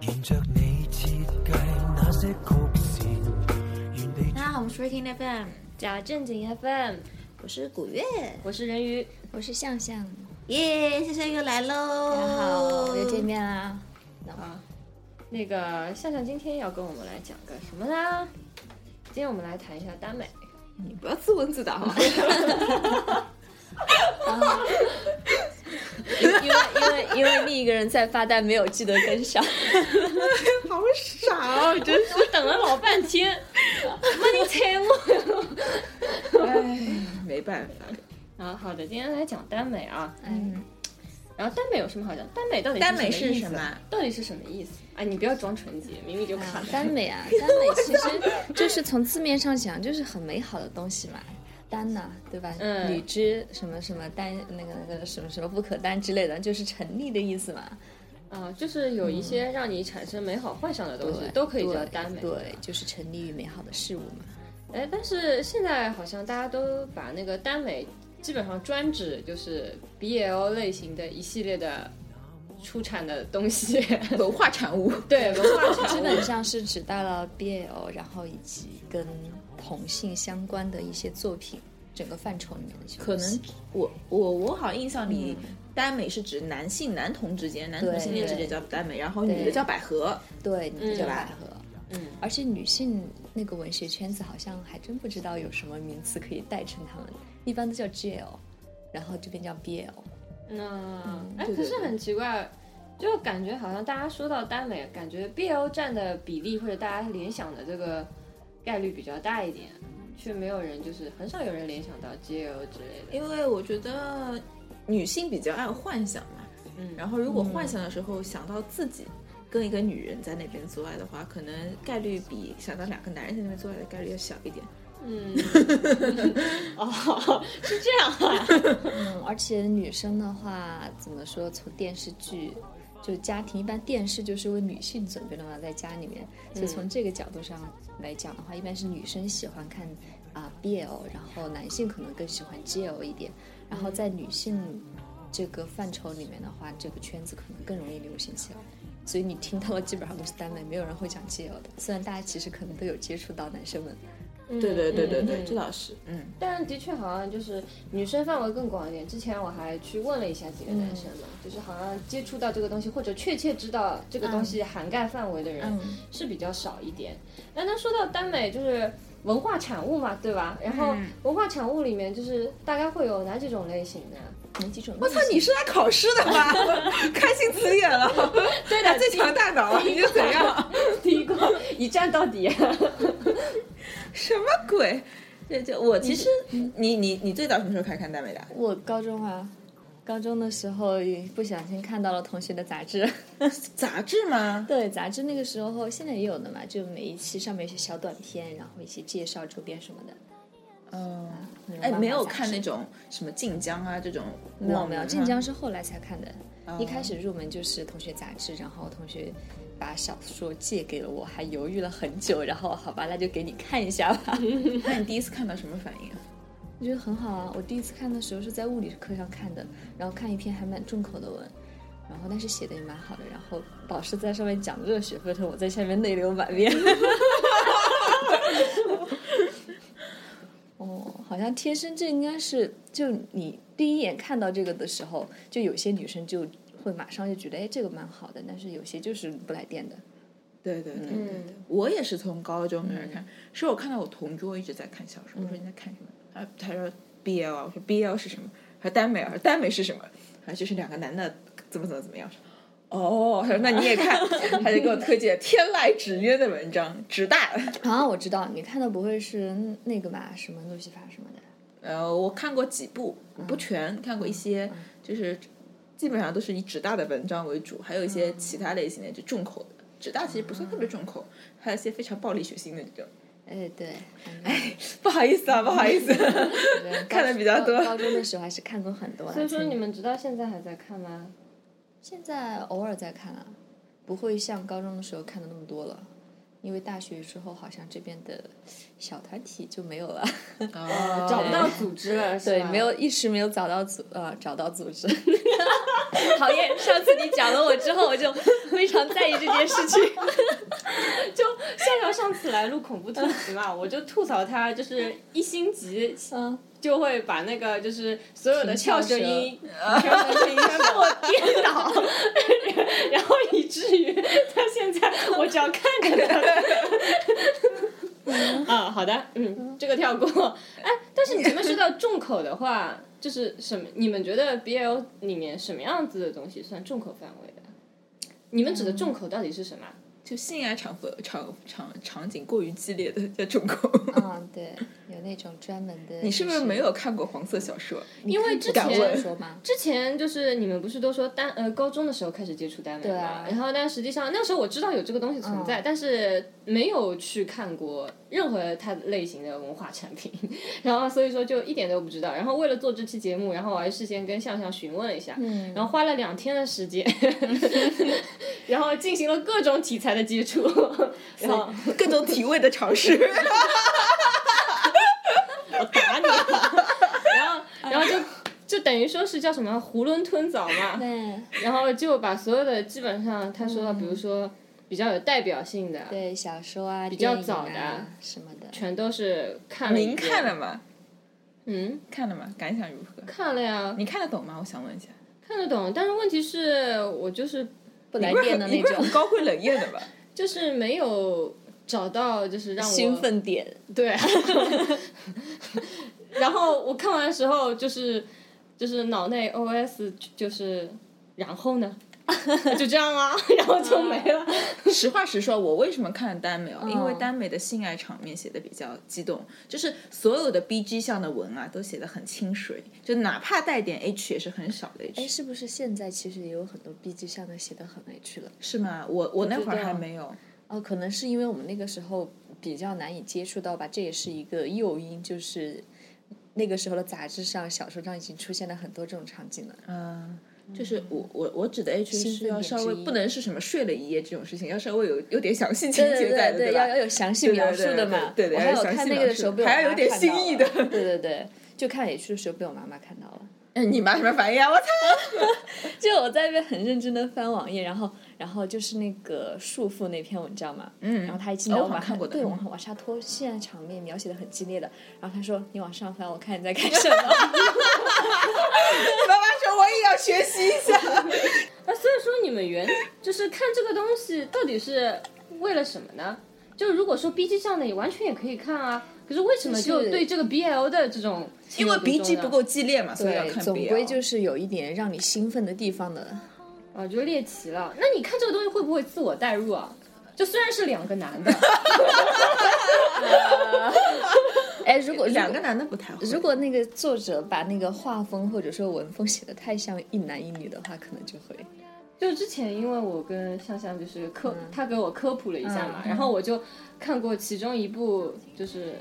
沿着你设计那些曲线，原地大家好，我们是 Freaking FM，假正经 FM，我是古月，我是人鱼，我是向向，耶，夏夏又来喽！大家好，我又见面啦。啊，那个向向今天要跟我们来讲个什么呢？今天我们来谈一下耽美。你不要自问自答嘛。因为因为因为另一个人在发呆，没有记得跟上。 好傻哦，真是。 我等了老半天，啊那你猜我。唉，哎没办法。啊，好的，今天来讲耽美啊。嗯，然后耽美有什么好讲？耽美到底耽美是什么是哎什意思么？到底是什么意思？啊，你不要装纯洁，明明就看了。耽美啊，耽美其实 就是从字面上讲，就是很美好的东西嘛。单呐、对吧？嗯女之什么什么单，那个那个什么什么不可单之类的，就是成立的意思嘛。啊，就是有一些让你产生美好幻想的东西，对，都可以叫对耽美。对，就是成立于美好的事物嘛。 哎，但是现在好像大家都把那个耽美基本上专指就是 BL 类型的一系列的出产的东西， 文化产物。对文化基产物。本上是指到了 BL，然后以及跟同性相关的一些作品，整个范畴里面的一些可东西。能我我我好像印象里，耽美是指男性男同之间，男同性恋之间叫耽美，然后女的对叫百合。对，你对叫吧百合。嗯，而且女性那个文学圈子好像还真不知道有什么名词可以代称她们，一般都叫 GL，然后这边叫 BL。 那嗯哎，对可对是对很奇怪，就感觉好像大家说到耽美，感觉 BL 占的比例或者大家联想的这个概率比较大一点，却没有人就是很少有人联想到 GL 之类的。因为我觉得女性比较爱幻想嘛，嗯，然后如果幻想的时候想到自己跟一个女人在那边做爱的话，可能概率比想到两个男人在那边做爱的概率要小一点。嗯， 哦，是这样啊。嗯，而且女生的话，怎么说？从电视剧，就家庭一般电视就是为女性准备的嘛，在家里面，所以从这个角度上来讲的话，一般是女生喜欢看啊、BL，然后男性可能更喜欢 GL 一点，然后在女性这个范畴里面的话，这个圈子可能更容易流行起来。所以你听到的基本上都是耽美，没有人会讲 GL 的。虽然大家其实可能都有接触到男生们， 对对对对对，嗯这倒是，嗯，但的确好像就是女生范围更广一点。之前我还去问了一下几个男生嘛，就是好像接触到这个东西或者确切知道这个东西涵盖范围的人、嗯是比较少一点。那那说到耽美，就是文化产物嘛，对吧？然后嗯文化产物里面就是大概会有哪几种类型呢？哪几种类型？我操，你是来考试的吗？ 开心词眼了，对拿最强大脑，你是怎样？第一个一站到底。啊 什么鬼？这这，我其实你你你最早什么时候开始看耽美的？我高中啊，高中的时候也不小心看到了同学的杂志，杂志吗？对杂志那个时候现在也有的嘛，就每一期上面有一些小短片，然后一些介绍周边什么的。嗯，那种哎，漫画没有杂看志那种什么晋江啊这种没有网哦没有，文晋啊江是后来才看的。一开始入门就是同学杂志，然后同学把小说借给了我，还犹豫了很久，然后好吧，那就给你看一下吧。那你第一次看到什么反应啊？我觉得很好啊！我第一次看的时候是在物理课上看的，然后看一篇还蛮重口的文，然后但是写的也蛮好的，然后老师在上面讲热血沸腾，我在下面泪流满面。 哦，好像天生这应该是就你第一眼看到这个的时候，就有些女生就会马上就觉得哎这个蛮好的，但是有些就是不来电的。对对对对嗯对，我也是从高中开始看，是我看到我同桌一直在看小说，我说你在看什么？他他说 BL 啊，我说 BL 是什么？他说耽美啊，我说耽美是什么？他说就是两个男的怎么怎么怎么样。我说哦，他说那你也看，他就给我推荐《天籁纸鸢》的文章，纸大。啊，我知道你看的不会是那个吧？什么路西法什么的。呃，我看过几部，不全，看过一些，就是基本上都是以纸大的文章为主，还有一些其他类型的，就重口的。纸大其实不算特别重口，还有一些非常暴力血腥的这种。哎，对，反正不好意思啊，不好意思。看看得比较多高中的时候还是看过很多的。所以说曾你们直到现在还在看吗？现在偶尔在看啊，不会像高中的时候看的那么多了。因为大学之后好像这边的小团体就没有 了，哦呃找不到组织了，是对，吧没有一时没有找到组呃找到组 织。讨厌，上次你讲了我之后，我就非常在意这件事 情。就像瑶上次来录恐怖特辑嘛，我就吐槽他，就是一星级嗯，就会把那个就是所有的平翘翘舌舌音，翘舌音全部我颠倒， 然后以至于他现在我只要看着他， 啊，好的，嗯，这个跳过。哎，但是你前面说到重口的话，就是什么？你们觉得 BL 里面什么样子的东西算重口范围的？你们指的重口到底是什么？ 就性爱场合场场场景过于激烈的叫重口。 嗯，对，有那种专门的。你是不是没有看过黄色小说？因为之前说吗？之前就是你们不是都说单呃高中的时候开始接触耽美对嘛，啊然后但实际上那时候我知道有这个东西存在，嗯但是没有去看过任何它类型的文化产品， 然后所以说就一点都不知道。然后为了做这期节目，然后我还事先跟向向询问了一下，嗯，然后花了两天的时 间，然后进行了各种题材的接 触，然后各种体位的尝试。我打你， 然后然后就就等于说是叫什么囫囵吞枣嘛，对然后就把所有的基本上他说到，比如说比较有代表性的，对，小说啊，比较早的啊、什么的，全都是看了。 您看了？吗？嗯，看了吗？感想如何？看了呀，你看得懂吗？我想问一下。看得懂。但是问题是我就是不来电的你那不是种很高贵冷艳 的吧？就是没有找到，就是让我兴奋点。对。 然后我看完的时候，就是就是脑内 OS 就是然后呢，就这样 啊，然后就没了。实话实说，我为什么看耽美哦？因为嗯耽美的性爱场面写的比较激动，就是所有的 B G 项的文啊都写的很清水，就哪怕带点 H 也是很少的哎， H，是不是现在其实也有很多 B G 上的写的很 H 了？是吗？我我那会知儿道还没有，哦，可能是因为我们那个时候比较难以接触到吧，这也是一个诱因，就是那个时候的杂志上、小说上已经出现了很多这种场景了。嗯。就是我我我指的 H 兴是奋要点稍之微一不能是什么睡了一夜这种事情，要稍微有有点详细情对对节对在对的，要要吧？有详细描述的嘛。对对对对我还有要有详看细那个的时候描被述我妈还要有点看到新意了的对对对，就看 H 的时候被我妈妈看到了。嗯，你妈什么反应啊？我操！就我在那边很认真的翻网页，然后然后就是那个束缚那篇文章嘛，嗯然后他一进来哦我好马像看上过的对嗯我往往下拖，现在场面描写的很激烈的，然后他说你往上翻，我看你在干什么， 妈妈说我也要学习一下。那所以说，你们原就是看这个东西到底是为了什么呢？就如果说 B G 上的，也完全也可以看啊。可是为什么就是就对这个 B L 的这种情因为有独钟呢， B G 不够激烈嘛，所以要对，看 BL。总归就是有一点让你兴奋的地方的，啊，就猎奇了。那你看这个东西会不会自我代入啊？就虽然是两个男的， 哎，如果两个。男的不太会。如果那个作者把那个画风或者说文风写的太像一男一女的话，可能就会就之前因为我跟向向就是科，他给我科普了一下嘛，嗯然后我就看过其中一部就是。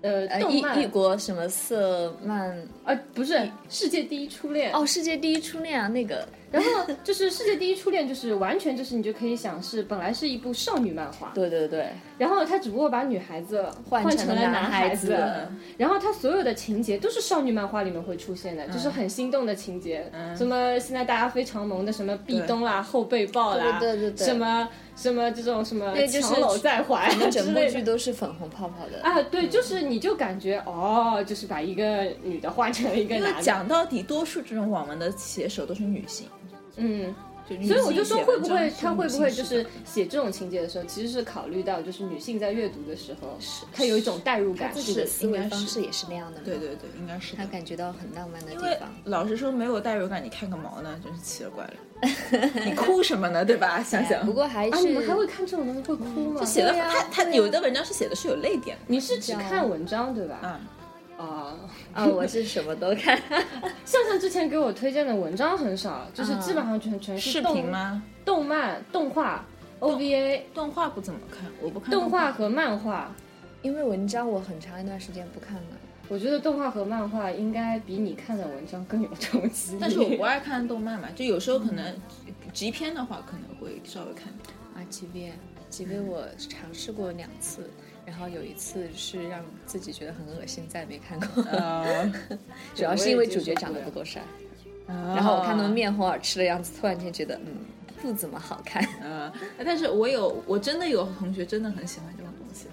呃，呃动异漫异国什么色漫啊，不是世界第一初恋哦，世界第一初恋啊那个，然后 就是《世界第一初恋》，就是完全就是你就可以想是本来是一部少女漫画，对对对，然后他只不过把女孩子换换成了了男男孩子嗯子，然后他所有的情节都是少女漫画里面会出现的，嗯就是很心动的情节，什么现在大家非常萌的什么壁咚啦、后背抱啦，对对对对什么什么这种什么对就是强搂在怀那 之整部类剧的。都是粉红泡泡的。啊，对，就是你就感觉哦，就是把一个女的换成了一个因为男的，讲到底，多数这种网文的写手都是女性，嗯，就女性所以我就说，写会文不章会是他会不女性会视就是角写这种情节的时候，其实是考虑到就是女性在阅读的时候，她有一种代入感自。己的思应维该方是式也是那样的嘛，对对对，应该是的他感觉到很浪漫的因地为方。老实说，没有代入感，你看个毛呢？真是奇了怪了。 你哭什么呢？对吧？想哎呀想啊不，过还啊，你们还是会看这种东西会哭吗？嗯写的对呀他他有的文章是写的是有泪点的。你是只看文章对吧？啊，啊，啊，我是什么都看，向向之前给我推荐的文章很少，就是基本上全全嗯视是动频、吗？动漫、动画、OVA、动画不怎么看，我不看动画。和漫画。因为文章我很长一段时间不看了。我觉得动画和漫画应该比你看的文章更有冲击力。但是我不爱嗯看动漫嘛，就有时候可能集集篇的话可能会稍微看。啊，即便几位我尝试过两次，然后有一次是让自己觉得很恶心，再也没看过。啊 哦主要是因为主角长得不够帅，然然后我看他哦们面红耳赤的样子，突然间觉得嗯不怎么好看，啊，但是我有，我真的有同学真的很喜欢这种东西的。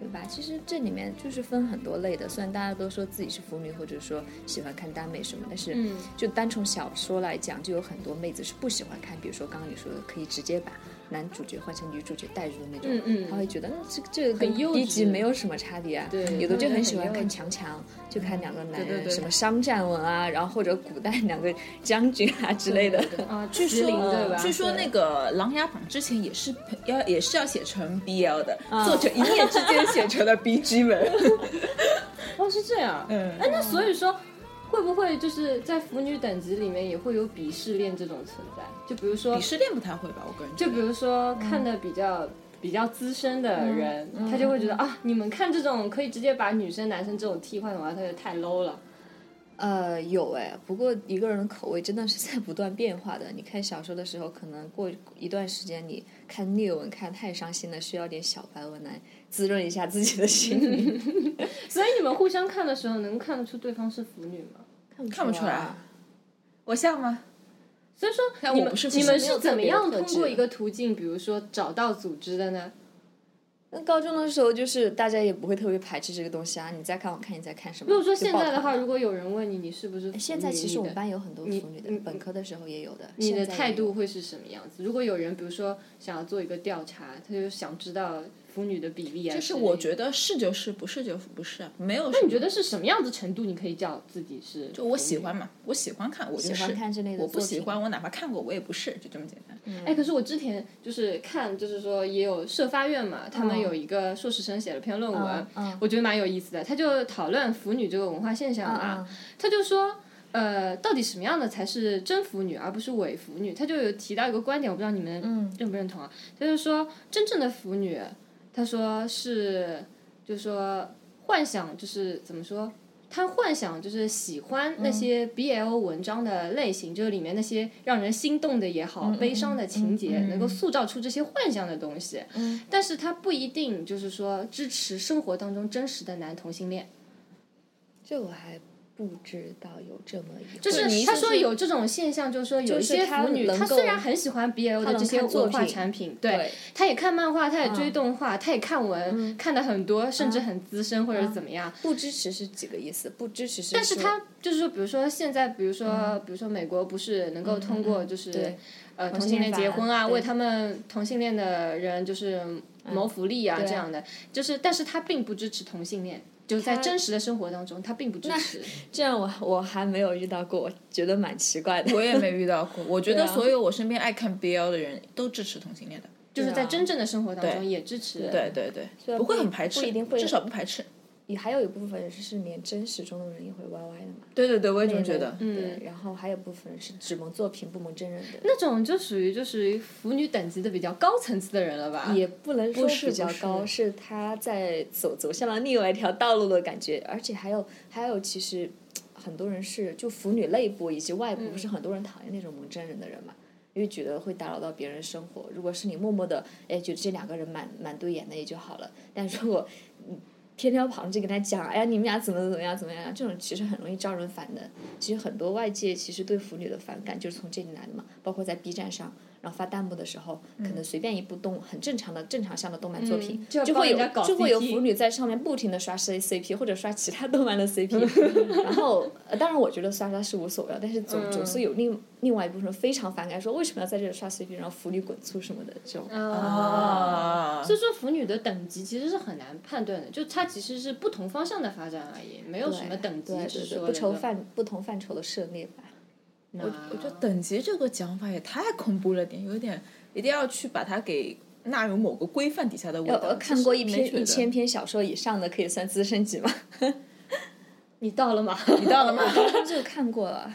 对吧？其实这里面就是分很多类的，虽然大家都说自己是腐女或者说喜欢看耽美什么，但是嗯就单从小说来讲，就有很多妹子是不喜欢看，比如说刚刚你说的，可以直接把男主角换成女主角带入的那种，嗯嗯她会觉得嗯这这个很跟幼低级稚没有什么差别啊。对有的就嗯很喜欢很幼看稚强强，就看两个男对对人对什么商战文啊，然后或者古代两个将军啊之类的。 啊，据据说说对吧？据说那对个《琅琊榜》之前也是要也是要写成 BL 的，作者一念之间写成了 BG 文。哦是这样，嗯哎，那所以说。会不会就是在腐女等级里面也会有鄙视链这种存在？就比如说鄙视链不太会吧？我个人觉就比如说看的比较、比较资深的人，嗯他就会觉得、啊，你们看这种可以直接把女生男生这种替换的话，他就太 low 了。呃，有哎，不过一个人的口味真的是在不断变化的。你看小说的时候，可能过一段时间，你看虐文看太伤心了，需要点小白文来滋润一下自己的心 灵。所以你们互相看的时候，能看得出对方是腐女吗？看不出来啊我像吗？所以说看你我们不是腐你女们没有是特怎么别的样特通质过一个途径，比如说找到组织的呢？那高中的时候，就是大家也不会特别排斥这个东西啊。你在看，我看你在看什么。如果说现在就的抱话，团如果有人问你你是不是腐女，现在其实我们班你的有很多你腐女的你，本科的时候也有的。你的现在也态有度会是什么样子？如果有人比如说想要做一个调查，他就想知道腐女的比例啊之类的，就是我觉得是就是，不是就不是啊，没有。那你觉得是什么样子程度，你可以叫自己是？就我喜欢嘛，我喜欢看，我就是喜欢看之类的我不作喜品欢，我哪怕看过，我也不是，就这么简单。哎，可是我之前就是看，就是说也有社发院嘛，他们嗯有一个硕士生写了篇论文嗯，嗯我觉得蛮有意思的。他就讨论腐女这个文化现象啊嘛，嗯他就说。呃，到底什么样的才是真腐女，而不是伪腐女？他就有提到一个观点，我不知道你们认不认同啊？他就说，真正的腐女，他说是，就是说幻想，就是怎么说？他幻想就是喜欢那些 BL 文章的类型，就是里面那些让人心动的也好，悲伤的情节，能够塑造出这些幻想的东西。但是他不一定就是说支持生活当中真实的男同性恋。这我还不知道有这么一就回是事他说有这种现象，就是说有一就些是他腐女，能她够虽然很喜欢 BL 的这些文化产品，她能看作品对嗯对，她也看漫画，她也追动画，她也看文，看的很多，甚至很资深或者是怎么样。不支持是几个意思？不支持是但是说他就是说，比如说现在，比如说，比如说美国不是能够通过就是对呃嗯同同性性恋恋结婚啊，法对为他们同性恋的人就是谋福利啊对啊这样的，就是但是他并不支持同性恋，就是在真实的生活当中，他并不支 持。这样我我还没有遇到过，我觉得蛮奇怪的。我也没遇到过。我觉得所有我身边爱看 BL 的人都支持同性恋的。就是在对啊真正的生活当中也支持。对对对，不会不很排斥，不一定 会至少不排斥。也还有一部分人是连真实中的人也会 YY 的嘛，对对对，我也这么觉得。嗯对，然后还有部分人是只蒙作品不蒙真人的，那种就属于就属于腐女等级的比较高层次的人了吧？也不能说不是比较高，不是他在走走向了另外一条道路的感觉，而且还有还有其实很多人是就腐女内部以及外部，不嗯是很多人讨厌那种蒙真人的人嘛。因为觉得会打扰到别人生活。如果是你默默的，哎，觉得这两个人蛮蛮对眼的也就好了。但如果你天天嗯跑上去跟他讲，哎呀，你们俩怎么怎么样怎么样，这种其实很容易招人烦的。其实很多外界其实对腐女的反感就是从这里来的嘛，包括在 B 站上，然后发弹幕的时候，可能随便一部动很正常的正常向的动漫作品，嗯就要就帮会人有家搞就会有 CP 腐女在上面不停的刷 C C P 或者刷其他动漫的 C P，然后呃当然我觉得刷刷是无所谓的，但是总嗯总是有另另外一部分非常反感，说为什么要在这里刷 C P，然后腐女滚粗什么的这嗯种。啊。啊，所以说，腐女的等级其实是很难判断的，就它其实是不同方向的发展而已，没有什么等级哎对，只对是对，说不愁人的范不同范畴的涉猎吧。那我我觉得等级这个讲法也太恐怖了点，有点一定要去把它给纳入某个规范底下的味道。呃，看其过实一没觉篇得一千，篇小说以上的可以算资深级 吗？你到了吗？你 到了吗？就看过了。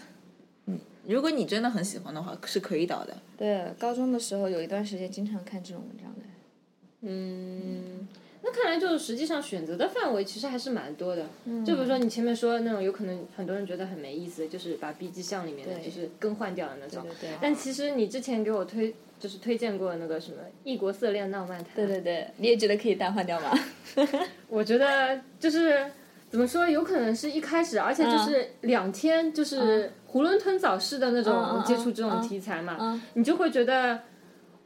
如果你真的很喜欢的话，是可以导的。对，高中的时候有一段时间经常看这种文章的。嗯，那看来就实际上选择的范围其实还是蛮多的。嗯就比如说你前面说那种，有可能很多人觉得很没意思，就是把 B 级项里面的就是更换掉的那种。对对对但其实你之前给我推就是推荐过那个什么《异国色恋浪漫谈》。对对对，你也觉得可以淡化 掉吗？我觉得就是怎么说，有可能是一开始，而且嗯就是两天，就是囫囵吞枣式的那种嗯嗯嗯嗯接触这种题材嘛，你就会觉得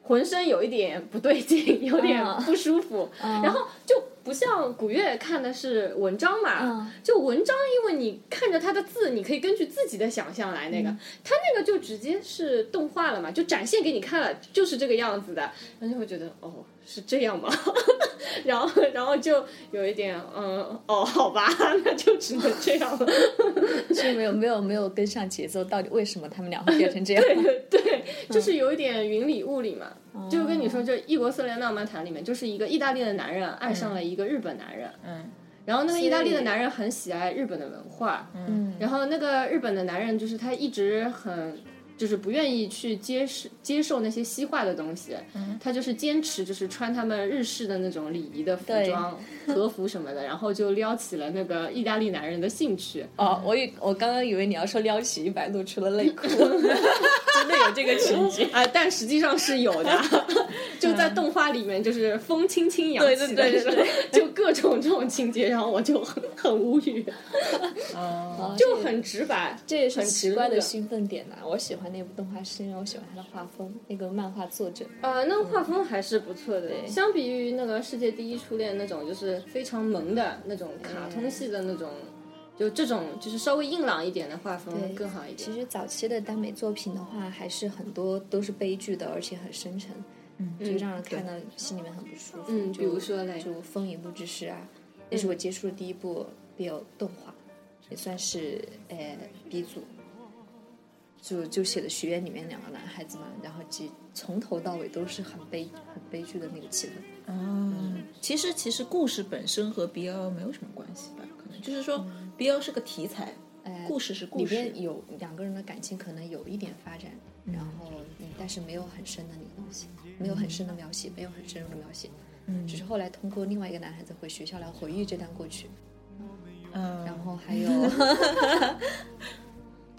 浑身有一点不对劲，有点嗯不舒服，然后就。不像古月看的是文章嘛，嗯就文章，因为你看着它的字，你可以根据自己的想象来那个，它那个就直接是动画了嘛，就展现给你看了，就是这个样子的，然后就会觉得哦，是这样吗？ 然后然后就有一点，嗯，哦，好吧， 那就只能这样了。就没有没有没有跟上节奏，到底为什么他们俩会变成这样？ 对，就是嗯有一点云里雾里嘛。哦就跟你说，这《异国色恋浪漫谈》里面，就是一个意大利的男人啊爱上了一个日本男人，嗯然后那个意大利的男人很喜爱日本的文化，嗯然后那个日本的男人就是他一直很。就是不愿意去接受接受那些西化的东西，嗯他就是坚持就是穿他们日式的那种礼仪的服对装、和服什么的，然后就撩起了那个意大利男人的兴趣。 哦，我以我刚刚以为你要说撩起一百露出了 内裤，真的有这个情节。啊，但实际上是有的， 就在动画里面，就是风轻轻扬起的对对时候，就各种这种情节，然后我就很很无语，哦，就很直白。这也是奇怪的很直兴奋点呐、我喜欢那部动画是因为我喜欢它的画风，那个漫画作者。呃，那画风还是不错的，相比于那个《世界第一初恋》那种就是非常萌的那种卡通系的那种，就这种就是稍微硬朗一点的画风更好一其点。实早期的耽美作品的话，还是很多都是悲剧的，而且很深沉，嗯，就让人看到心里面很不舒服。嗯就比如说嘞嗯就《风影木之诗》啊，那是我接触的第一部 BL 动画，也算是呃鼻祖。就就写的学院里面两个男孩子嘛，然后几从头到尾都是很悲很悲剧的那个气氛。其实其实故事本身和 BL 没有什么关系吧，可能就是说 BL 是个题材，故事是故里事边，有两个人的感情可能有一点发展，然后嗯，但是没有很深的那个东西，没有很深的描写，没有很深入的描写，嗯，只是后来通过另外一个男孩子回学校来回忆这段过去，嗯然后还有，嗯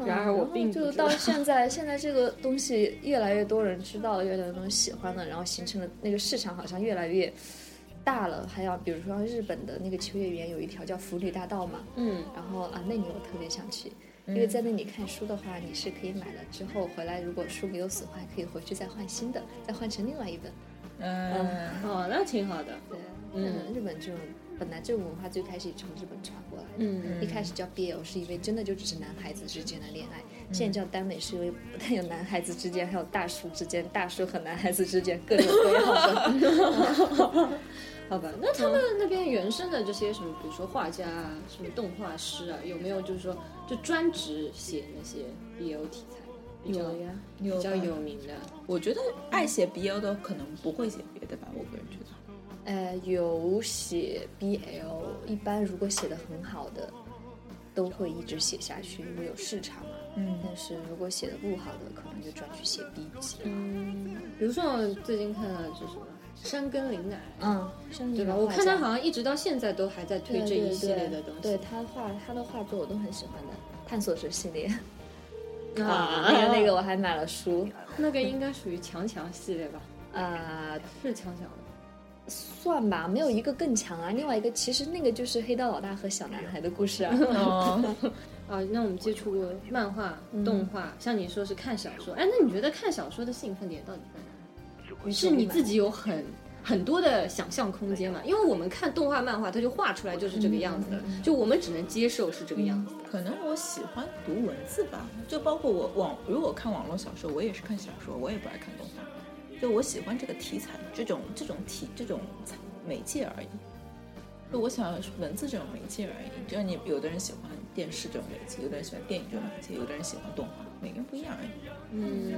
然而我并不就知道到现在，现在这个东西越来越多人知道了，越来越多人喜欢了，然后形成了那个市场好像越来越大了。还有比如说日本的那个秋叶原有一条叫腐女大道嘛，嗯，然后啊，那里我特别想去，因为在那里看书的话，你是可以买了之后回来，如果书没有损坏，可以回去再换新的，再换成另外一本。嗯哦，那挺好的。对，嗯，日本这种本来这种文化最开始从日本传过来的，嗯一开始叫 BL 是因为真的就只是男孩子之间的恋爱，现在叫耽美是因为不但有男孩子之间，还有大叔之间，大叔和男孩子之间各种各样的。好吧，那他们那边原生的这些什么，比如说画家啊，什么动画师啊，有没有就是说就专职写那些 BL 题材比 较有呀有比较吧有名的？我觉得爱写 BL 的可能不会写别的吧，我个人觉得。呃，有写 BL，一般如果写的很好的，都会一直写下去，因为有市场嘛。嗯但是如果写的不好的，可能就转去写 B 级。嗯，比如说我最近看了就是什么山根玲奈，嗯，像对吧？我看他好像一直到现在都还在推对这一系列的东对西。他画他的画作我都很喜欢的，探索者系列啊那个那个我还买了书那个应该属于强强系列吧？啊、 是强强的。算吧，没有一个更强啊。另外一个其实那个就是黑道老大和小男孩的故事啊。哦，啊，那我们接触过漫画、动画，像你说是看小说，哎，那你觉得看小说的兴奋点到底在哪？于 是我你买自己有很很多的想象空间嘛？因为我们看动画、漫画，它就画出来就是这个样子的，就我们只能接受是这个样子的。可能我喜欢读文字吧，就包括我网，如果看网络小说，我也是看小说，我也不爱看动画。就我喜欢这个题材，这种这种体这种媒介而已。就我想文字这种媒介而已。就你有的人喜欢电视这种媒介，有的人喜欢电影这种媒介，有的人喜欢动画，每个人不一样而已。嗯，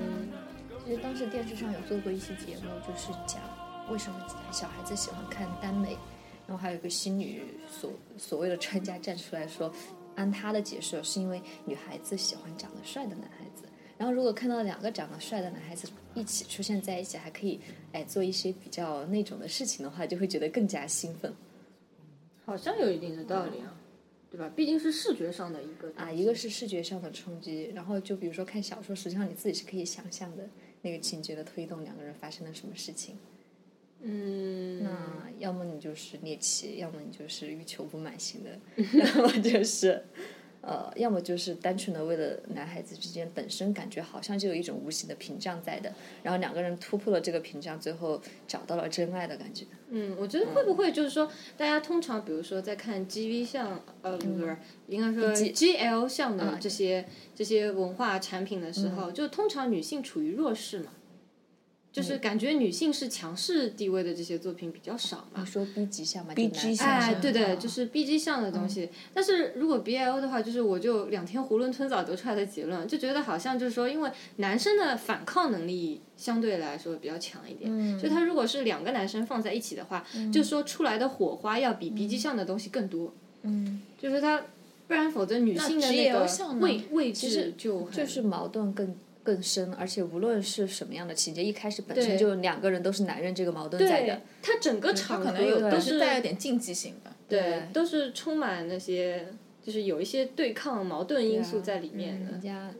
其实当时电视上有做过一期节目，就是讲为什么小孩子喜欢看耽美，然后还有一个新女所所谓的专家站出来说，按她的解释，是因为女孩子喜欢长得帅的男孩子，然后如果看到两个长得帅的男孩子一起出现在一起，还可以哎做一些比较那种的事情的话，就会觉得更加兴奋好像有一定的道理啊，对吧？毕竟是视觉上的一个啊。一个是视觉上的冲击，然后就比如说看小说，实际上你自己是可以想象的那个情节的推动，两个人发生了什么事情。嗯，那要么你就是猎奇，要么你就是欲求不满型的， 要么就是，呃，要么就是单纯的为了男孩子之间本身感觉好像就有一种无形的屏障在的，然后两个人突破了这个屏障，最后找到了真爱的感觉。嗯，我觉得会不会就是说，大家通常比如说在看 GV 项，呃，不是，应该说 GL 项的这些、这些文化产品的时候，就通常女性处于弱势嘛，就是感觉女性是强势地位的这些作品比较少嘛你。说 B 级项嘛 B 就男级项哎，嗯对的，的，就是 B G 项的东西。但是如果 BL 的话，就是我就两天囫囵吞枣得出来的结论，就觉得好像就是说，因为男生的反抗能力相对来说比较强一点，所以他如果是两个男生放在一起的话，就说出来的火花要比 B G 项的东西更多。嗯，就是他，不然否则女性的那那 GL 个项呢位位置就很就是矛盾更。更深，而且无论是什么样的情节，一开始本身对就两个人都是男人这个矛盾在对的，，他整个他场可合能有都都是是带有点竞技性的，对，都是充满那些就是有一些对抗矛盾因素在里面的。人家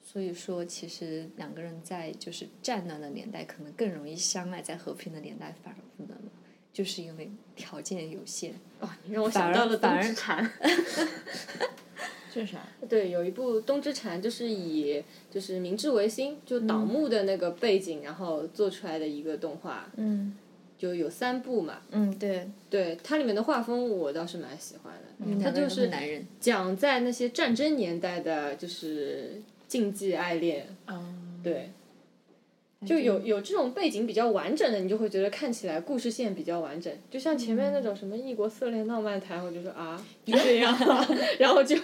所以说，其实两个人在就是战乱的年代，可能更容易相爱；在和平的年代，反而不能了，就是因为条件有限。哦，你让我反想而到了反东而之禅。这是啥？ 对，有一部《东之禅》，就是以就是明治维新，就倒幕的那个背景，然后做出来的一个动画，嗯就有三部嘛。嗯，对，对，它里面的画风我倒是蛮喜欢的，它两个就人都是男人，讲在那些战争年代的，就是禁忌爱恋，嗯，对。就有有这种背景比较完整的，你就会觉得看起来故事线比较完整。就像前面那种什么异国色恋浪漫台，我就说啊，就这样，然后就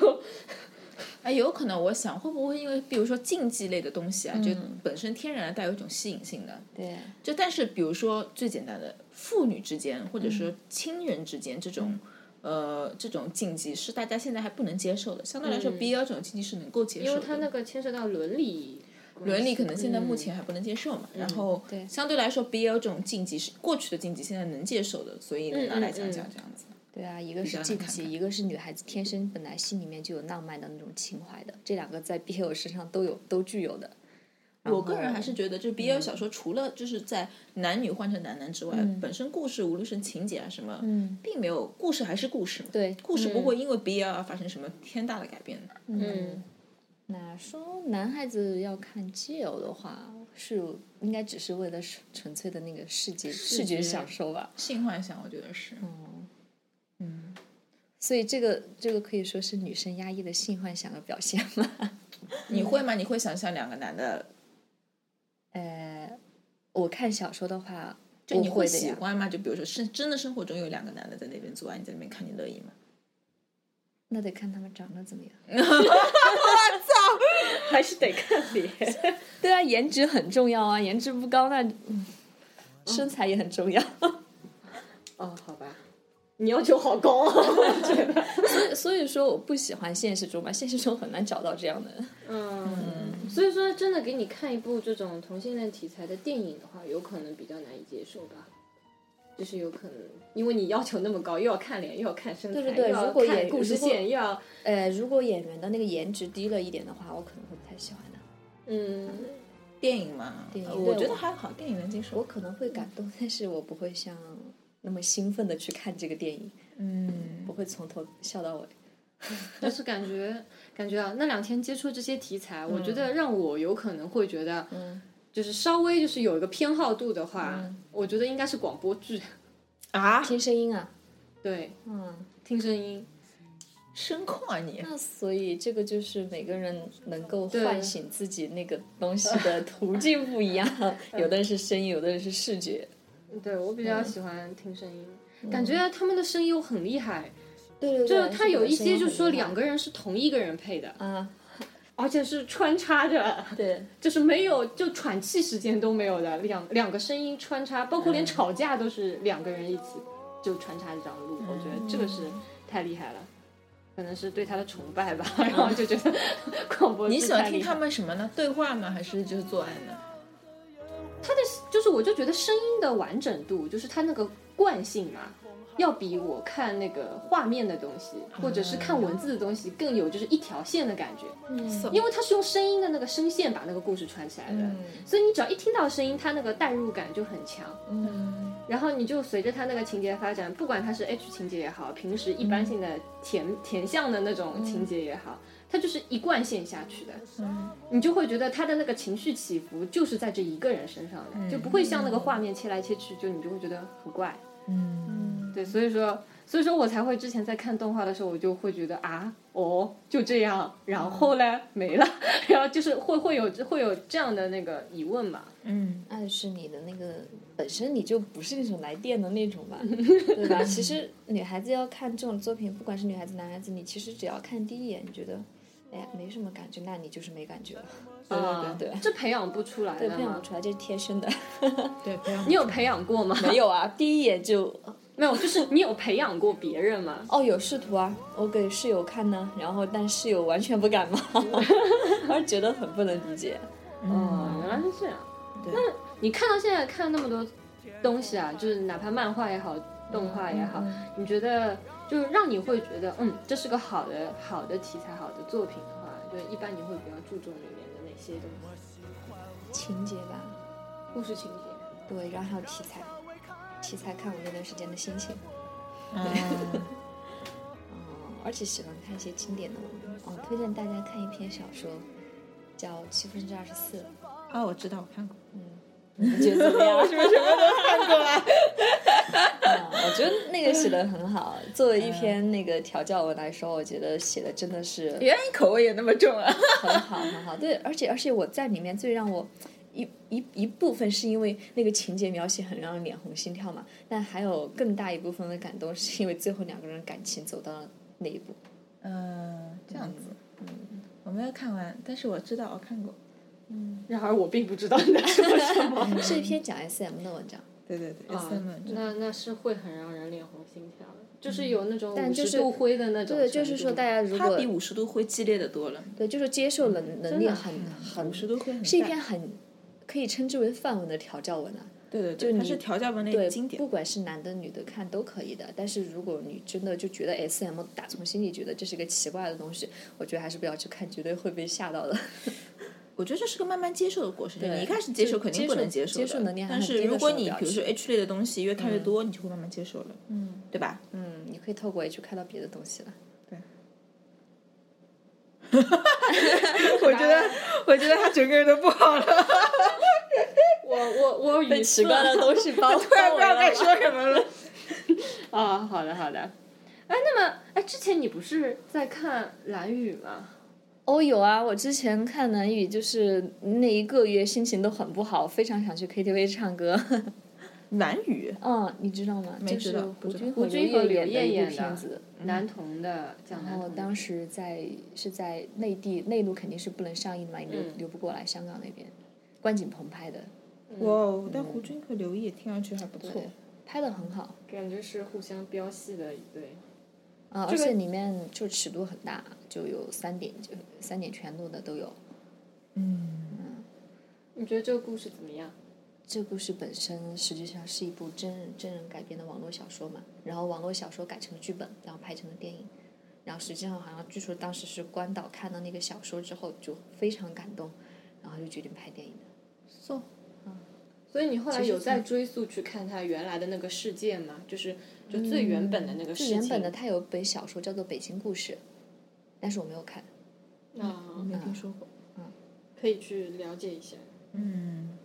哎， 有可能我想会不会因为比如说竞技类的东西嗯啊，就本身天然地带有一种吸引性的，对，就但是比如说最简单的父女之间，或者说嗯亲人之间这种。呃，这种禁忌是大家现在还不能接受的，相对来说嗯，BL 这种禁忌是能够接受的。因为它那个嗯牵涉到伦理关系，伦理可能现在目前还不能接受嘛，然嗯后对相对来说，BL 这种禁忌是过去的禁忌，现在能接受的，所以能拿来讲讲嗯嗯嗯这样子。对啊，一个是较禁难看忌，看一个是女孩子天生本来心里面就有浪漫的那种情怀的，这两个在 BL 身上都有都具有的。我个人还是觉得，就是嗯 BL 小说除了就是在男女换成男男之外，本身故事无论是情节啊什么，嗯并没有故事还是故事嘛，对故事不会因为 BL 而发生什么天大的改变的。嗯，那说男孩子要看 GL 的话，是应该只是为了纯纯粹的那个视觉视觉觉享受吧？性幻想，我觉得是，嗯所以这个这个可以说是女生压抑的性幻想的表现吗？ 你会吗？你会想象两个男的，呃，我看小说的话，就你我会的喜呀。欢吗？就比如说，是真的生活中有两个男的在那边做爱，你在那边看，你乐意吗？那得看他们长得怎么样。 我操，还是得看脸。 对啊，颜值很重要啊，颜值不高那、嗯身材也很重要。 哦，好吧，你要求好高啊。所以所以说，我不喜欢现实中吧，现实中很难找到这样的。 嗯，所以说真的给你看一部这种同性恋题材的电影的话，有可能比较难以接受吧。就是有可能，因为你要求那么高，又要看脸，又要看身材，对对对又要如果看演故事如果线，又要呃，如果演员的那个颜值低了一点的话，我可能会不太喜欢的。嗯，电影嘛，电影呃我对觉得我还好，电影能接受我。可能会感动，但是我不会像那么兴奋的去看这个电影，嗯，我会从头笑到尾。但是感觉感觉啊，那两天接触这些题材，我觉得让我有可能会觉得，嗯，就是稍微就是有一个偏好度的话，我觉得应该是广播剧，啊，听声音啊，对，嗯，听声音，声控啊你！那所以这个就是每个人能够对唤醒自己那个东西的途径不一样， 有的人是声音，有的人是视觉。对我比较喜欢听声音，嗯感觉他们的声优很厉害，对对对，就是他有一些就是说两个个人是同一个人配的，啊，而且是穿插着，对，就是没有就喘气时间都没有的，两两个声音穿插，包括嗯连吵架都是两个人一起就穿插这样录，我觉得这个嗯是太厉害了。可能是对他的崇拜 吧，然后就觉得 广播你剧喜欢太听厉害他们什么呢？对话吗？还是就是做爱呢？我就是我就觉得声音的完整度，就是它那个惯性嘛，嗯要比我看那个画面的东西，或者是看文字的东西更有就是一条线的感觉，嗯因为它是用声音的那个声线把那个故事串起来的，所以你只要一听到声音，它那个代入感就很强。嗯然后你就随着它那个情节发展，不管它是 H 情节也好，平时一嗯般性的甜、甜向的那种情节也好，它就是一贯线下去的，你就会觉得他的那个情绪起伏就是在这一个人身上的，嗯就不会像那个画面切来切去，就你就会觉得很怪。嗯，对，所以说，所以说我才会之前在看动画的时候，我就会觉得啊，哦，就这样，然后嘞没了， 然后就是会会有会有这样的那个疑问嘛。嗯，暗示啊你的那个本身你就不是那种来电的那 种吧，对吧？其实女孩子要看这种作品，不管是女孩子男孩子，你其实只要看第一眼，你觉得哎呀没什么感觉，那你就是没感觉了。对啊对对这培养不出来对，啊的培养嘛不。出来，这是天生的。 对，不要你有培养过吗？没有啊，第一眼就 没有，就是你有培养过别人吗？哦有试图啊，我给室友看呢，然后但室友完全不感 冒，而觉得很不能理解。嗯哦，原来是这样。对那你看到现在看那么多东西啊，就是哪怕漫画也好，动画也嗯好，你觉得就是让你会觉得，嗯，这是个好的好的题材、好的作品的话，就一般你会比较注重里面的哪些东西？情节吧，故事情节。对，然后还有题材，题材看我那段时间的心情。嗯 嗯，而且喜欢看一些经典的文。哦，推荐大家看一篇小说，叫《七分之二十 四》。啊，我知道，我看过，你觉得怎么样？为什么什么都看过啊？嗯我觉得那个写的很 好。作为一篇那个调教文来说，我觉得写的真的是原来你口味也那么重啊！很好，很好。对，而且而且我在里面最让我一一一部分是因为那个情节描写很让人脸红心跳嘛，但还有更大一部分的感动是因为最后两个人感情走到了那一步。嗯，这样子，嗯，我没有看完，但是我知道我看过。然而我并不知道你在 说什么。 是一篇讲 SM 的文章，对对哦对啊嗯，S M 那那是会很让人脸红心跳的，就是有那种但就50是度灰的那种程度。对，就是说大家如它果比五十度灰激烈的多了，对，就是接受能能力的很很五十度灰很是一淡篇很可以称之为范文的调教文啊。对对就对，它你是调教文类对的经，典不。管是男的女的看都可以的。但是如果你真的就觉得 S M 打从心里觉得这是个奇怪的东西，我觉得还是不要去看，绝对会被吓到的。我觉得这是个慢慢接受的过程。对你一开始接受就肯定不能接受受的，接受能力还但很低是的如时果候你表比如示说 H 类的东西越看越多，你就会慢慢接受了，嗯，对 吧？ 嗯，你可以透过 H 看到别的东西了。我觉得，我觉得他整个人都不好了，我我我语被奇速怪的东西 包突然不知道该说什么 了。啊、好的好的。哎，那么哎，之前你不是在看蓝雨吗？哦，有啊，我之前看南语就是那一个月心情都很不好，非常想去 KTV 唱 歌。男语，嗯，你知道吗？没知道就是不胡知军道和胡军和刘刘烨烨演的一演部的片子。男童的讲然男后哦童的，当时在是在内地内陆肯定是不能上映的嘛，也流、嗯流不过来香港那边，关锦鹏拍的，哇哦，但胡军和刘烨听上去还不错对。拍的很好感觉是互相飙戏的一对。啊、这个而且里面就尺度很大，就有三点就三点全录的都有。嗯，你觉得这个故事怎么样？这故事本身实际上是一部真人真人改编的网络小说嘛，然后网络小说改成了剧本，然后拍成了电影，然后实际上好像据说当时是关导看到那个小说之后就非常感动，然后就决定拍电影的。送所以你后来有其实在追溯去看他原来的那个事件吗？就是就最原本的那个事最嗯情。原本的它有本小说叫做《北京故事》，但是我没有看。啊、没听说过。可以去了解一下。嗯，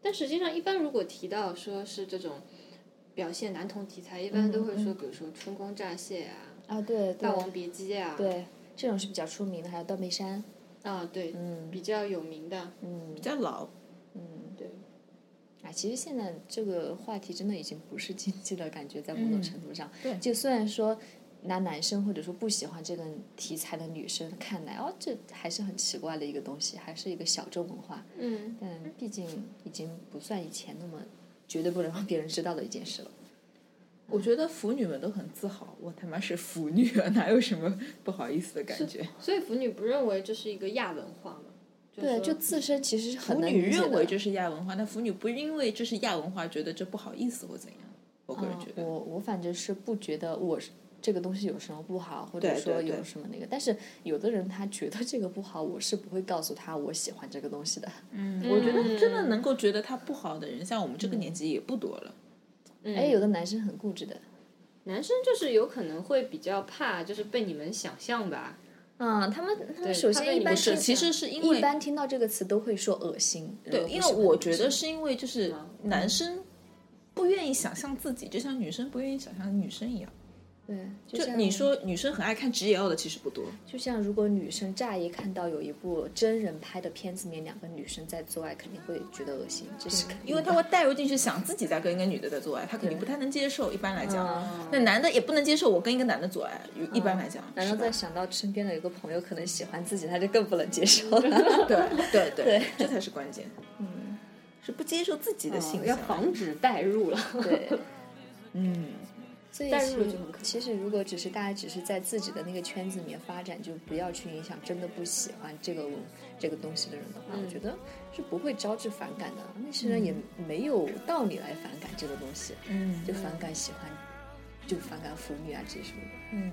但实际上，一般如果提到说是这种表现男童题材，一嗯般都会说，比如说《春光乍泄》啊，啊，对《霸王别姬》啊，对，这种是比较出名的，还有《断背山》。啊，对，嗯比较有名的，嗯比较老。嗯，对，啊，其实现在这个话题真的已经不是禁忌了，感觉在某种程度上，对就虽然说。拿男生或者说不喜欢这个题材的女生看来，哦，这还是很奇怪的一个东西，还是一个小众文化。嗯，但毕竟已经不算以前那么绝对不能让别人知道的一件事了。我觉得腐女们都很自豪，我他妈是腐女啊，哪有什么不好意思的感觉？所以腐女不认为这是一个亚文化嘛？对，就说自身其实是很腐难女理解认的为这是亚文化，但腐女不因为这是亚文化觉得这不好意思或怎样。我个人嗯觉得，我我反正是不觉得我是这个东西有什么不好，或者对说对有对什么那个。但是有的人他觉得这个不好，我是不会告诉他我喜欢这个东西的。嗯，我觉得真的能够觉得它不好的人，像我们嗯这个年纪也不多了。哎、嗯有的男生很固执的。男生就是有可能会比较怕，就是被你们想象吧。嗯，他们他们首他对先一你般不是听其实是因为一般听到这个词都会说恶心。对因为我觉得是因为就是男生不愿意想象自己，就像女生不愿意想象女生一样。对，就像你说女生很爱看 GL 的其实不多，嗯就像如果女生乍一看到有一部真人拍的片子里面两个女生在做爱，肯定会觉得恶心，这是肯定的。嗯因为他会带入进去想自己在跟一个女的在做爱，他肯定不太能接受。一般来讲，哦嗯嗯那男的也不能接受我跟一个男的做爱，一般来讲。然是后吧再想到身边的有个朋友可能喜欢自己，他就更不能接受了。 对对对对，这才是关键。嗯，哦是不接受自己的性嗯要向，防止代入了。 对，嗯，所以代其入实就很可其实如果只是大家只是在自己的那个圈子里面发展，就不要去影响真的不喜欢这个文这个东西的人的话，我觉得是不会招致反感的。那些人也没有道理来反感这个东西，嗯就反感喜欢，就反感腐女啊这些什么的。嗯，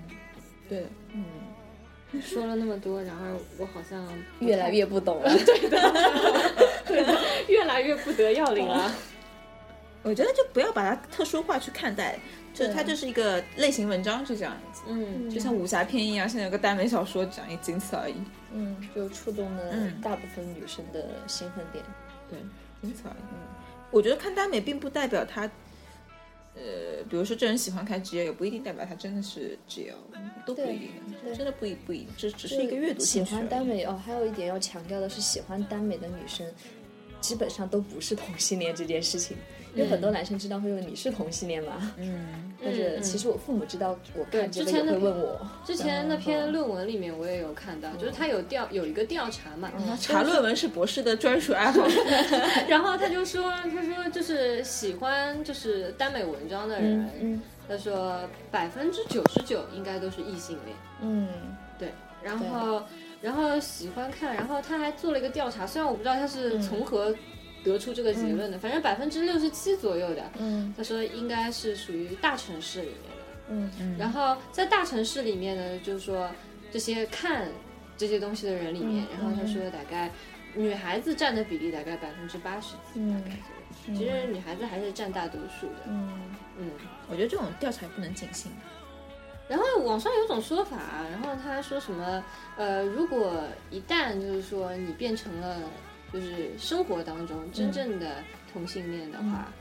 对的，嗯说了那么多，然后我好像不越来越不 懂了，对， 越来越不得要领哦了。我觉得就不要把它特殊化去看待，就是它就是一个类型文章，就这样子。嗯，就像武侠片一样，现在有个耽美小说这样，也仅此而已。嗯，就触动了嗯大部分女生的兴奋点。对，仅此而已。我觉得看耽美并不代表他，呃，比如说这人喜欢看 GL，也不一定代表他真的是 GL，都嗯不一定的，真的不一不一，这只是一个阅读喜兴趣而已。欢耽美哦，还有一点要强调的是，喜欢耽美的女生基本上都不是同性恋这件事情。有很多男生知道会问你是同性恋吗？嗯，但是其实我父母知道我看这之个也前的会问我。之前那嗯篇论文里面我也有看到，就是他有调有一个调查嘛，嗯查论文是博士的专属爱好。 然后他就说，他说就是喜欢就是耽美文章的人，嗯他说百分之九十九应该都是异性恋，嗯，对，然后然后喜欢看，然后他还做了一个调查，虽然我不知道他是从何得出这个结论的，反正百分之六十七左右的，嗯，他说应该是属于大城市里面的，嗯 嗯然后在大城市里面呢，就是说这些看这些东西的人里面，然后他说大概女孩子占的比例大概百分之八十几，大概左右，其实女孩子还是占大多数的，嗯嗯。我觉得这种调查也不能尽信。然后网上有种说法，然后他说什么，呃，如果一旦就是说你变成了就是生活当中真正的同性恋的话，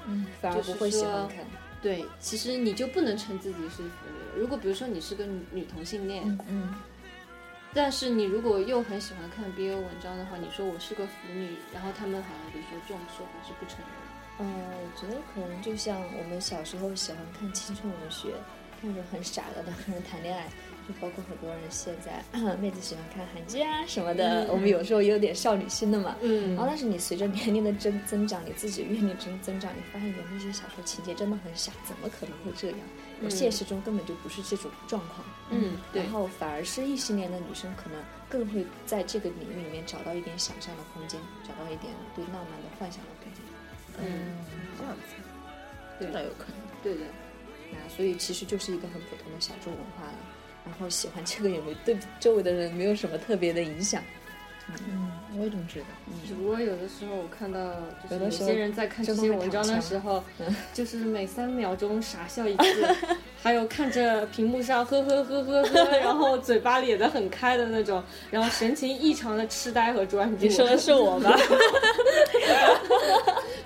反而不会喜欢看。对，其实你就不能称自己是腐女了。如果比如说你是个女女同性恋，嗯，但是你如果又很喜欢看 BL 文章的话，你说我是个腐女，然后他们好像就说这种说法是不承认的。嗯、我觉得可能就像我们小时候喜欢看青春文学，那种很傻的两个人谈恋爱，就包括很多人现在 妹子喜欢看韩剧啊什么的，我们有时候也有点少女心的嘛。嗯然哦后，但是你随着年龄的增增长，你自己的阅历增增长，你发现有那些小说情节真的很傻，怎么可能会这样？嗯我现实中根本就不是这种状况。嗯，对哦然，后反而是异性恋的女生可能更会在这个领域里面找到一点想象的空间，找到一点对浪漫的幻想的空间。嗯，这样子，对倒有可能。对的，嗯那所以其实就是一个很普通的小众文化了。然后喜欢这个也没对周围的人没有什么特别的影响。嗯，我也这么觉得。只不过有的时候我看到，就是有有的时候些人在看这些文章的时候，就是每三秒钟傻笑 一次，还有看着屏幕上呵呵呵呵呵，然后嘴巴咧得很开的那种，然后神情异常的痴呆和专注。你说的是我吧？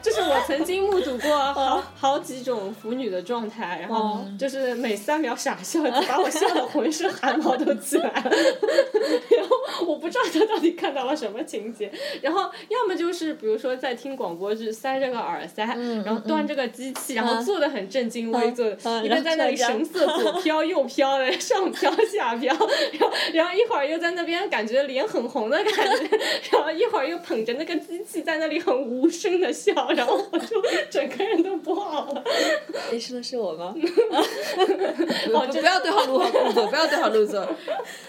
就是我曾经目睹过好好几种腐女的状态，然后就是每三秒傻笑，把我 笑的浑身汗毛都起来了。然后我不知道他到底看到了什么情节，然后要么就是比如说在听广播剧，塞着个耳塞，然后端着个机器，然后坐的很正襟危坐，嗯一边在那里神色左 飘右飘的，上飘下飘，然后然后一会儿又在那边感觉脸很红的感觉，然后一会儿又捧着那个机器在那里很无声的笑，然后我就 整个人都不好了。你说的是我 吗？哦，不要对号入座，入座，不要对 号入座。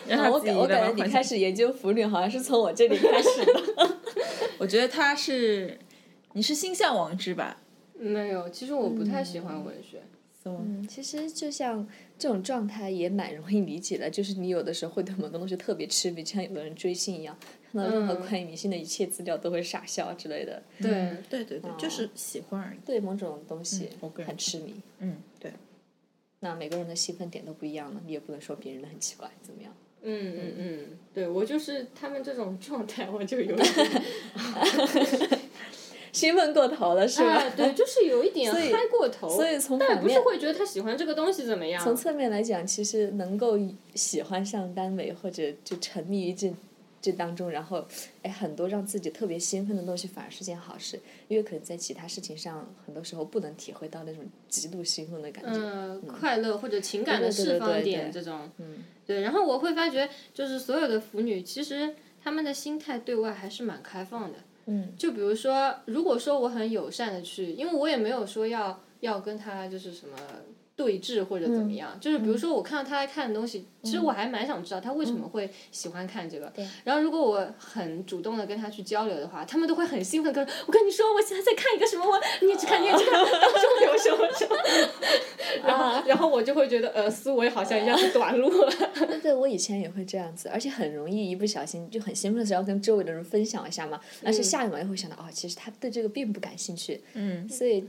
让他我自己啊感我慢慢感觉你幻开想始研究腐女好像是从我这里开始的。我觉得他是你是心向往之吧？没有，其实我不太喜欢文学。嗯，其实就像这种状态也蛮容易理解的，就是你有的时候会对某个东西特别痴迷，就像有的人追星一样，看到任何嗯关于迷信的一切资料都会傻笑之类的，对，对对对，就是喜欢而已。对某种东西我个人很痴迷。嗯，对，那每个人的兴奋点都不一样了，你也不能说别人的很奇怪，怎么样？嗯嗯嗯，对我就是他们这种状态，我就有一点兴奋过头了是吧？哎对，就是有一点所以嗨过 头。所以从但也反不是面。会觉得他喜欢这个东西怎么样？从侧面来讲，其实能够喜欢上耽美或者就沉迷于这这当中，然后哎，很多让自己特别兴奋的东西反而是件好事，因为可能在其他事情上，很多时候不能体会到那种极度兴奋的感觉。嗯，快乐或者情感的对对释对对放对点对嗯这种，对。然后我会发觉，就是所有的腐女，其实她们的心态对外还是蛮开放的。嗯，就比如说，如果说我很友善的去，因为我也没有说要要跟她就是什么对峙或者怎嗯么样，就是比如说我看到她看的东西，其实我还蛮想知道她为什嗯么会喜欢看这个。然后如果我很主动的跟她去交流的话，她们都会很兴奋地跟我说我跟你说，我现在在看一个什么，我你也去看，你也去看， 当中有什么什么。然后，然后我就会觉得，呃，思维好像一下子短路了。对对，我以前也会这样子，而且很容易一不小心就很兴奋的时候跟周围的人分享一下嘛，但是下一秒又会想到哦，其实他对这个并不感兴趣，嗯，所以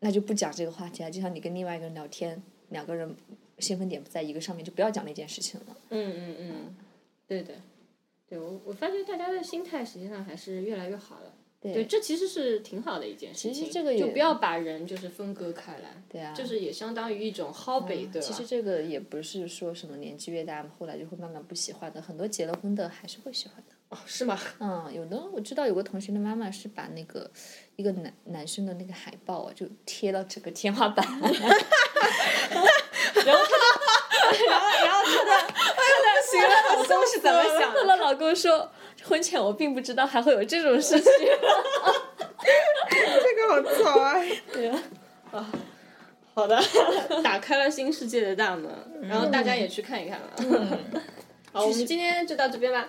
那就不讲这个话题了。就像你跟另外一个人聊天，两个人兴奋点不在一个上面，就不要讲那件事情了。 嗯嗯嗯，对的，对我我发觉大家的心态实际上还是越来越好了。对对，这其实是挺好的一件事情。其实这个也就不要把人就是分割开来，对啊，嗯就是也相当于一种薅北，对吧？其实这个也不是说什么年纪越大，后来就会慢慢不喜欢的。很多结了婚的还是会喜欢的。哦，是吗？ 嗯，有的我知道有个同学的妈妈是把那个一个男男生的那个海报啊，就贴到整个天花板， 然后他的， 然后然后 他的哎行了，老公是怎么想？她的老公说，婚前我并不知道还会有这种事情。这个 好糟啊！对啊，好的，打开了新世界的大门，嗯然后大家也去看一看吧。 好，我们今天就到这边吧。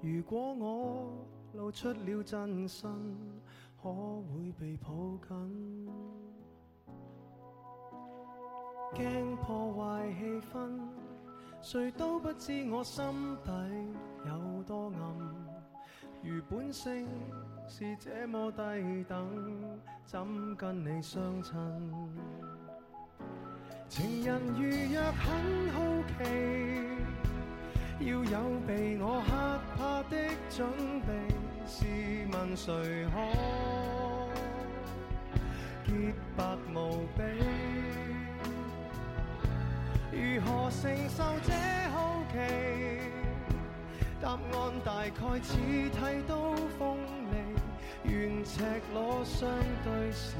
如果我露出了真身，可會被抱緊？驚破壞氣氛，誰都不知我心底有多暗。如本性是這麼低等，怎跟你相襯？情人如若很好奇，要有被我嚇怕的準備。試問誰可潔白無比？如何承受這好奇？答案大概似剃刀鋒利，願赤裸相對時。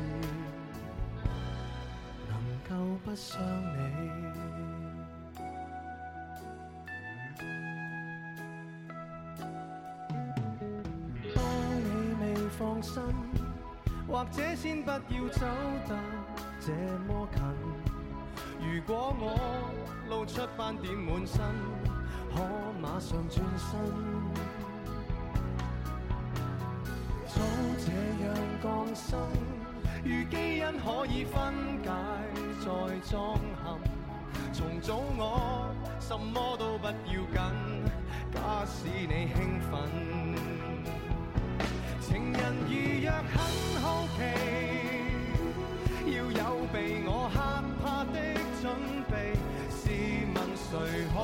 能夠不想你。當你未放心，或者先不要走得這麼近。如果我露出斑點滿身，可馬上轉身。早這樣降生，如基因可以分解再裝嵌。從早我什麼都不要緊，假使你興奮。情人如若很好奇，要有被我嚇怕的準備。試問誰可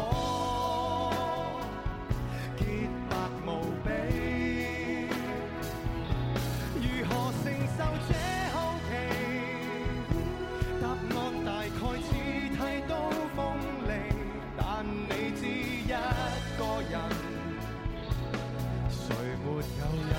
潔白無比？如何承受這好奇？答案大概似剃刀鋒利，但你知一個人，誰沒有你？